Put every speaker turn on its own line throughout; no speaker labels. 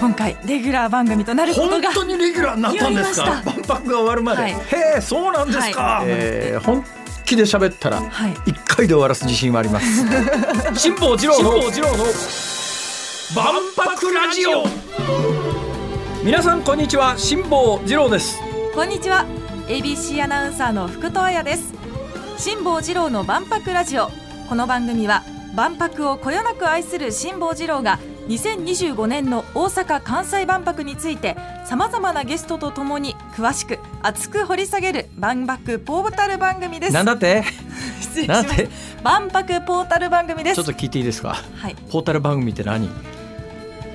今回レギュラー番組となること
本
が
当にレギュラーになったんです
やりま
か
した
万博が終わるまで、
はい
へえそうなんですか、
はい
えー本気で喋ったら
はい
一回で終わらす自信はあります 辛坊治郎の万博ラジオ皆さんこんにちは辛坊治郎です
こんにちは ABC アナウンサーの福戸彩です辛坊治郎の万博ラジオこの番組は万博をこよなく愛する辛坊治郎が2025年の大阪・関西万博についてさまざまなゲストとともに詳しく熱く掘り下げる万博ポータル番組です
なんだって
失礼しま
なんだって
し
ち
た万博ポータル番組です
ょっと聞いていいですか
はい、
ポータル番組って何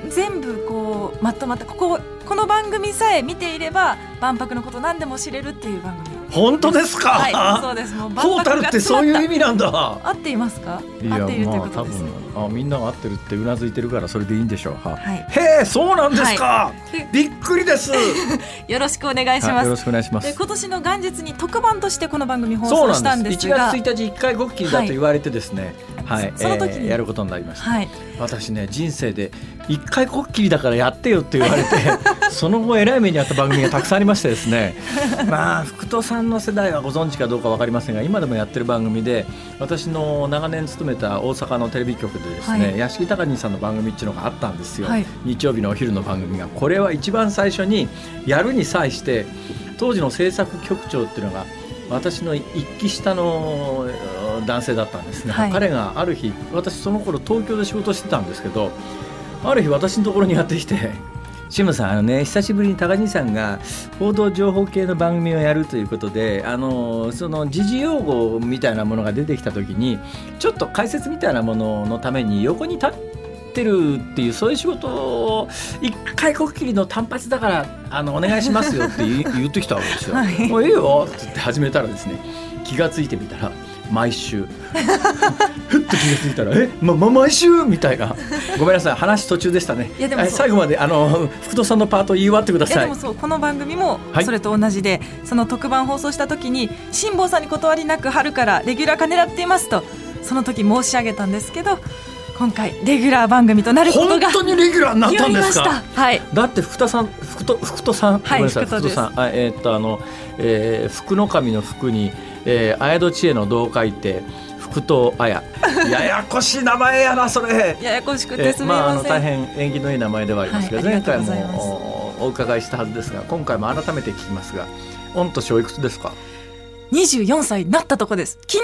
全部こうまとまったこここの番組さえ見ていれば万博のこと何でも知れるっていう番組
本当ですか、
はい、そうです。もう
ポータルってそういう意
味。
味なんだ
合っていますか？
い
合
や
っているという
ま
こ
あ
と
多
です。
分あみんなが合ってるってうなずいてるからそれでいいんでしょうは
はい
へえそうなんですか、
い
びっくりです、は
よろしくお願いしま
い、よろ
す。
しくお願いしま
です今年の元日に特番としてこの番組放
そう
送した
なんんで
ですす
1
が、
月1日一回ごっきりだと言われてですねはい、
そその時に
えーやることになりました、
はい、
私ね人生で一回こっきりだからやってよって 言われてその後えらい目にあった番組がたくさんありましてですねまあ福戸さんの世代はご存知かどうか分かりませんが今でもやってる番組で私の長年勤めた大阪のテレビ局でですね、
はい
屋敷隆人さんの番組っていうのがあったんですよ、
はい
日曜日のお昼の番組がこれは一番最初にやるに際して当時の制作局長っていうのが私の一期下のえー男性だったんですが、
はい
彼がある日私その頃東京で仕事してたんですけどある日私のところにやってきて「志村さんあのね久しぶりに高木さんが報道情報系の番組をやるということであのその時事用語みたいなものが出てきた時にちょっと解説みたいなもののために横に立ってるっていうそういう仕事を一回こっきりの単発だからあのお願いしますよって言い言ってきたわけですよ。
はい
もういいよって言って始めたらですね気がついてみたら毎週ふっと気がついたら「えま、ま、毎週!」みたいなごめんなさい話途中でしたね
いやでもそう
え最後まであの福戸さんのパート言い終わってくだ
いや
さ
で
い
もそうこの番組も
はい
それと同じで、その特番放送した時に辛坊さんに断りなく春からレギュラー化狙っていますとその時申し上げたんですけど今回レギュラー番組となること
本
が
当にレギュラーになったんです
決まり
か
ましたはい
だって福田さん福と福戸さん、
はい
ごめんなさい
福
福
戸で
戸
す
さんあえーっとあの、えー福の神の福に、えー、綾戸知恵の同書いて福と 綾ややこしい名前やなそれ
ややこしく
え
て
ー
すみ
まあ、
ま
あの
せん、
大変縁起のいい名前ではありますけど、
はいあ
前
りがと
回
うございます
もおお伺いしたはずですが今回も改めて聞きますが御年おいくつですか
24歳になったとこです昨日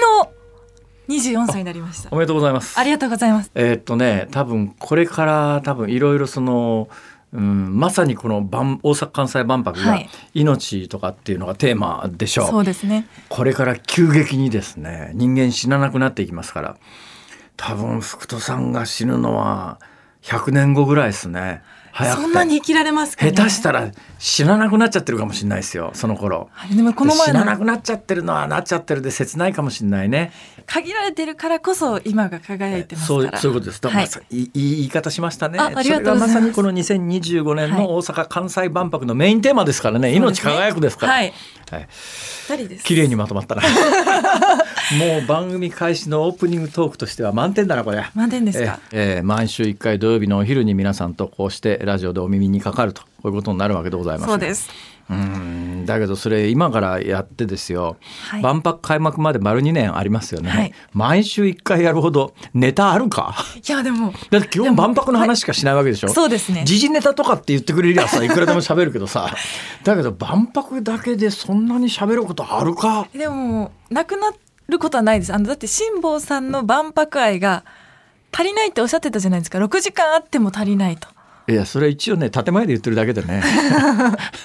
24歳になりました
おめでとうございます
ありがとうございます
えーっとね多分これから多分いろいろその、うん、まさにこの万大阪・関西万博
は
が
い
命とかっていうのがテーマでしょう、
そうですね
これから急激にですね人間死ななくなっていきますから多分福戸さんが死ぬのは100年後ぐらいですね早くて
そんなに生きられますか、
下
ね、
手したら死ななくなっちゃってるかもしれないですよその頃
はいでもこの前
死ななく
の
なっちゃってるのはなっちゃってるで切ないかもしれないね
限られてるからこそ今が輝いてます
そ
か
う
ら
そういうことです。だから
はい
まさ、い、いい言い方しましたね。
あありがとうございます
それがまさにこの2025年の大阪・関西万博のメインテーマですからね。
そうです
命
ね
輝くですから。
はい
はい
二人です
綺麗にまとまったな。 もう番組開始のオープニングトークとしては満点だなこれ。
満点ですか、
ええええ毎週1回土曜日のお昼に皆さんとこうしてラジオでお耳にかかるとこういうことになるわけでございます。
そうです
うーんだけどそれ今からやってですよ、
はい
万博開幕まで丸2年ありますよね、
はい
毎週1回やるほどネタあるか
いやでも
だって基本万博の話しかしないわけでしょ
そうですね
時事ネタとかって言ってくれりゃさいくらでも喋るけどさだけど万博だけでそんなに喋ることあるか
でもなくなることはないですあのだって辛坊さんの万博愛が足りないっておっしゃってたじゃないですか6時間あっても足りないと
いやそれ一応ね建前で言ってるだけでね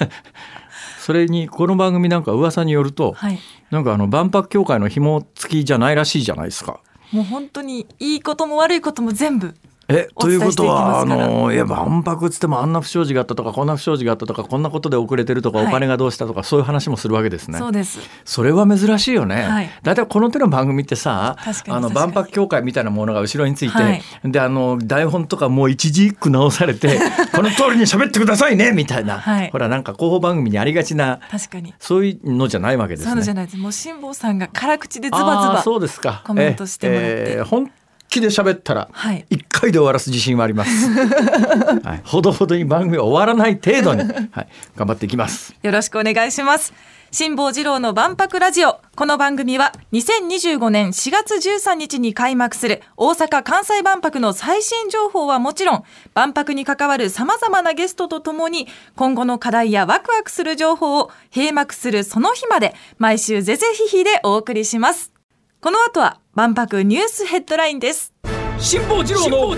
それにこの番組なんか噂によると、
はい
なんかあの万博協会の紐付きじゃないらしいじゃないですか
もう本当にいいことも悪いことも全部
え
お
とい
伝え
うこ
してい
と
き
は
ま
あ
すから
のいや万博っつってもあんな不祥事があったとかこんな不祥事があったとかこんなことで遅れてるとか、
はい
お金がどうしたとかそういう話もするわけですね。
そうです
それは珍しいよね、
はい
だいたいこの手の番組ってさ
確かに
あの
確かに
万博協会みたいなものが後ろについて、
はい
であの台本とかもう一字一句直さ れてこの通りに喋ってくださいねみたいな、
はい
ほらなんか広報番組にありがちな
確かに
そういうのじゃないわけです
そういうのじゃ
ね。
ないですもう辛坊さんが辛口でズ
あー
バズ
そ
バ
うですか
コメントしてもらって
えー本気で喋ったら
はい
一回で終わらす自信はあ ります、はい、ほどほどに番組は終わらない程度に、はい、頑張っていきます
よろしくお願いします。辛坊治郎の万博ラジオ。この番組は2025年4月13日に開幕する大阪・関西万博の最新情報はもちろん、万博に関わる様々なゲストとともに、今後の課題やワクワクする情報を閉幕するその日まで、毎週ぜぜひひでお送りします。この後は万博ニュースヘッドラインです。
辛坊治郎の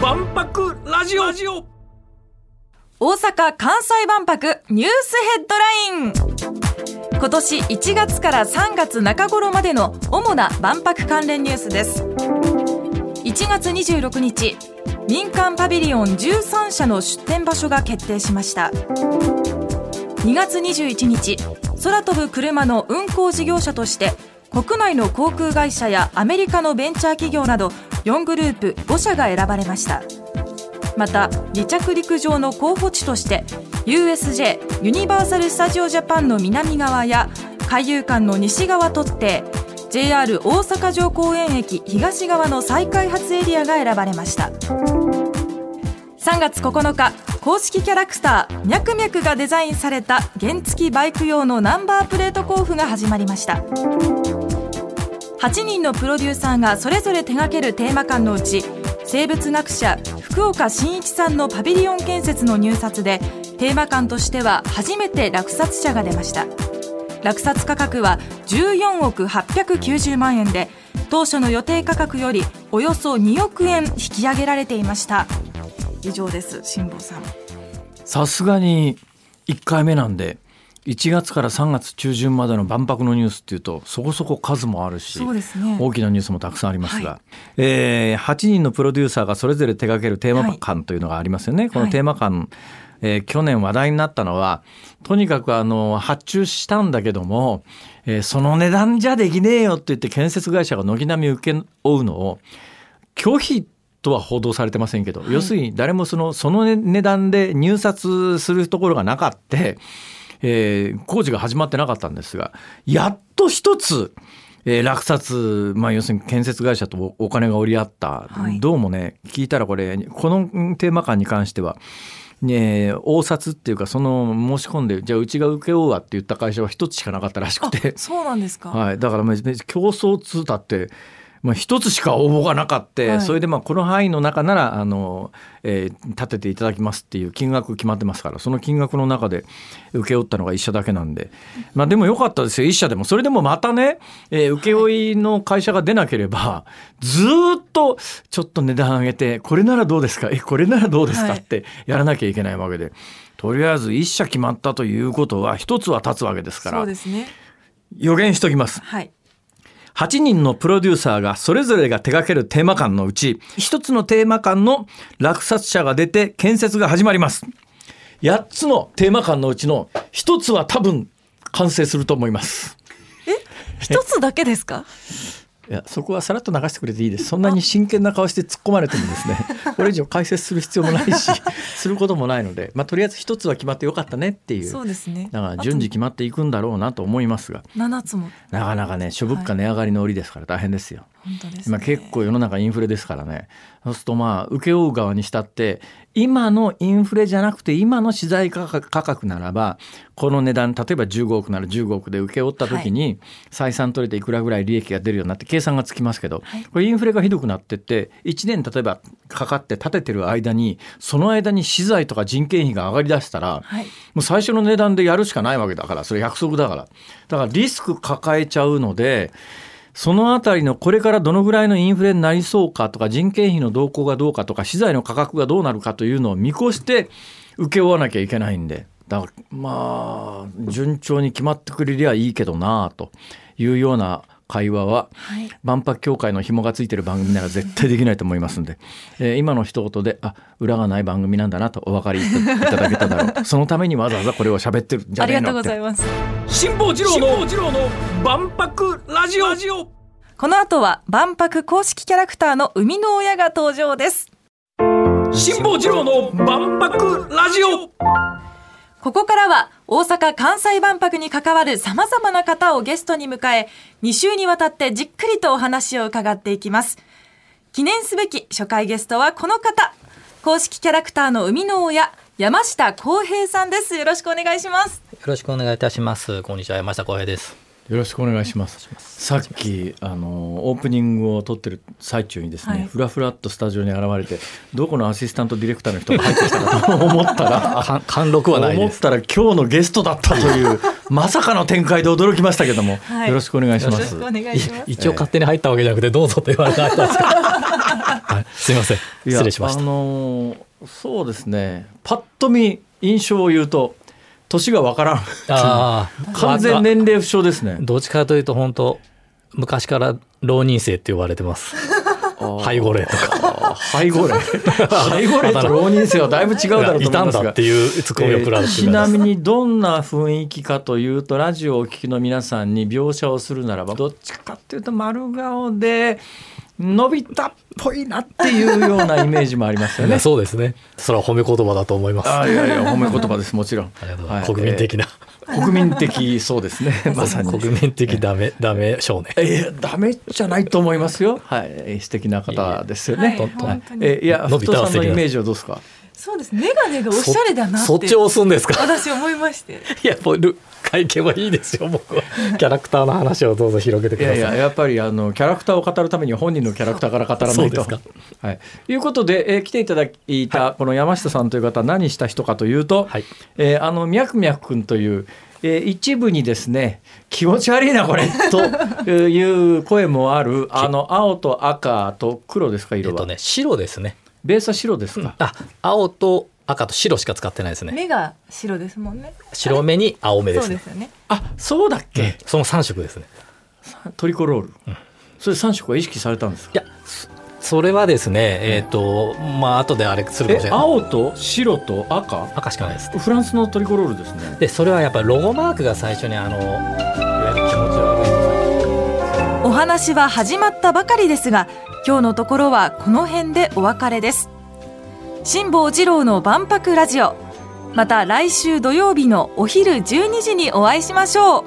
万博ラジオラジオ
大阪・関西万博ニュースヘッドライン今年1月から3月中頃までの主な万博関連ニュースです1月26日民間パビリオン13社の出展場所が決定しました2月21日空飛ぶ車の運航事業者として国内の航空会社やアメリカのベンチャー企業など4グループ5社が選ばれましたまた離着陸場の候補地として USJ ユニバーサル・スタジオ・ジャパンの南側や海遊館の西側特定 JR 大阪城公園駅東側の再開発エリアが選ばれました3月9日公式キャラクターミャクミャクがデザインされた原付バイク用のナンバープレート交付が始まりました8人のプロデューサーがそれぞれ手掛けるテーマ館のうち生物学者福岡伸一さんのパビリオン建設の入札でテーマ館としては初めて落札者が出ました落札価格は14億890万円で当初の予定価格よりおよそ2億円引き上げられていました以上です辛坊さん
さすがに1回目なんで1月から3月中旬までの万博のニュースっていうとそこそこ数もあるし
そうですね
大きなニュースもたくさんありますが、
は
えー8人のプロデューサーがそれぞれ手掛けるテーマ館というのがありますよね。このテーマ館、えー去年話題になったのはとにかくあの発注したんだけども、えーその値段じゃできねえよって言って建設会社が軒並み受け負うのを拒否とは報道されてませんけど、要するに誰もそのその値段で入札するところがなかって、えー工事が始まってなかったんですがやっと一つ、えー落札、まあ、要するに建設会社とおお金が折り合った、
はい
どうもね聞いたらこれこのうんテーマ館に関しては。ね、応札っていうかその申し込んでじゃあうちが請け負うわって言った会社は一つしかなかったらしくて
そうなんですか、
はい、だからまあ別に競争通達って、まあ、一つしか応募がなかって、
はい
それでまあこの範囲の中ならあの、えー立てていただきますっていう金額決まってますからその金額の中で請け負ったのが一社だけなんで、まあ、でも良かったですよ一社でもそれでもまたね、えー請負いの会社が出なければ、ずーっとちょっと値段上げてこれならどうですかえこれならどうですか
はい
ってやらなきゃいけないわけで。とりあえず一社決まったということは一つは立つわけですか
そう
ら
ですね
予言しときます
はい
8人のプロデューサーがそれぞれが手掛けるテーマ館のうち1つのテーマ館の落札者が出て建設が始まります8つのテーマ館のうちの1つは多分完成すると思います
一つだけですか
いやそこはさらっと流してくれてい いですそんなに真剣な顔して突っ込まれてもですね これ以上解説する必要もないし することもないので、まあ、とりあえず1つは決まってよかったねっていう
そうですね
だから順次決まっていくんだろうなと思いますが
あと7つも
なかなかね諸物価値上がりの折ですから大変ですよ。
本当ですね
今結構世の中インフレですからねそうするとまあ請け負う側にしたって今のインフレじゃなくて今の資材価格価格ならばこの値段例えば15億なら15億で請け負った時に採算取れていくらぐらい利益が出るようになって計算がつきますけど、
はい
これインフレがひどくなってって1年例えばかかって立ててる間にその間に資材とか人件費が上がりだしたら、
はい
もう最初の値段でやるしかないわけだからそれ約束だからだからリスク抱えちゃうのでそのあたりのこれからどのぐらいのインフレになりそうかとか人件費の動向がどうかとか資材の価格がどうなるかというのを見越して請け負わなきゃいけないんでだからまあ順調に決まってくれりゃいいけどなあというような会話は
はい
万博協会の紐がついてる番組なら絶対できないと思いますんで、えー今の一言であ裏がない番組なんだなとお分かりいただけただろうとそのためにわざわざこれを喋ってるんじゃ
あ
ね
り
え
がとう
の
ご
っ
ざ
て
います
辛坊治郎の万博ラジオラジオ
この後は万博公式キャラクターの生みの親が登場です
辛坊治郎の万博ラジオ
ここからは大阪・関西万博に関わる様々な方をゲストに迎え2週にわたってじっくりとお話を伺っていきます記念すべき初回ゲストはこの方公式キャラクターの生みの親山下光平さんですよろしくお願いします
よろしくお願いいたしますこんにちは山下光平です
よろしくお願いします。さっきあのオープニングを撮ってる最中にですね、はい、ふらふらっとスタジオに現れて、どこのアシスタントディレクターの人が入ってきたかと思ったら、
貫禄はない
思ったら今日のゲストだったと いうまさかの展開で驚きましたけども、はい、よろしくお願いします。
一応勝手に入ったわけじゃなくてどうぞと言われたんですか。はい、すみません失礼しました。
あのそうですね、パッと見印象を言うと。年がわからん。あ完全年齢不詳ですね。
どっちかというと本当昔から浪人生って呼ばれてます。背後霊とか。
背後 霊。背後霊と浪人生はだいぶ違うだろうと思いますが。
っていうツッコミを食らう、え
ー、ちなみにどんな雰囲気かというとラジオをお聞きの皆さんに描写をするならばどっちかっていうと丸顔で。伸びたっぽいなっていうようなイメージもありますよね。
そうですね。それは褒め言葉だと思います。
あいやいや褒め言葉ですもちろん。
はい、国民的な、
えー、国民的 そうですね。まさに
国民的ダメ、えー、ダメ少年。
えー、ダメじゃないと思いますよ。はい、素敵な方ですよね。
はい、
えー、いや、のび太さんのイメージはどうですか。
そうです。メガネがおしゃれだな
そっち押すんですか。
私思いまして。
いや、もうル会見はいいですよ。僕はキャラクターの話をどうぞ広げてください。
いややっぱりあのキャラクターを語るために本人のキャラクターから語らないと。はい。いうことで、えー、来ていただいたこの山下さんという方は何した人かというと、はい、えー、あのミャクミャク君という。えー、一部にですね気持ち悪いな これという声もあるあの青と赤と黒ですか色は、え
っとね、白ですね
ベースは白ですか、
うん、あ青と赤と白しか使ってないですね
目が白ですもんね
白目に青目です
そ
ね
うですよね
あそうだっけ、うん、
その3色ですね
トリコロール、うん、それ3色は意識されたんです
いやそれはですねえっ、ー、とまあ後であれするかもしれない
青と白と赤
赤しかないです、
フランスのトリコロールですね
でそれはやっぱりロゴマークが最初にあのいわゆる気持ち悪
いお話は始まったばかりですが今日のところはこの辺でお別れです辛坊治郎の万博ラジオまた来週土曜日のお昼12時にお会いしましょう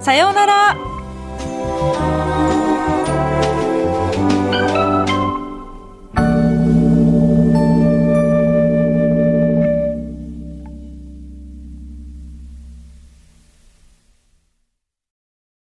さようなら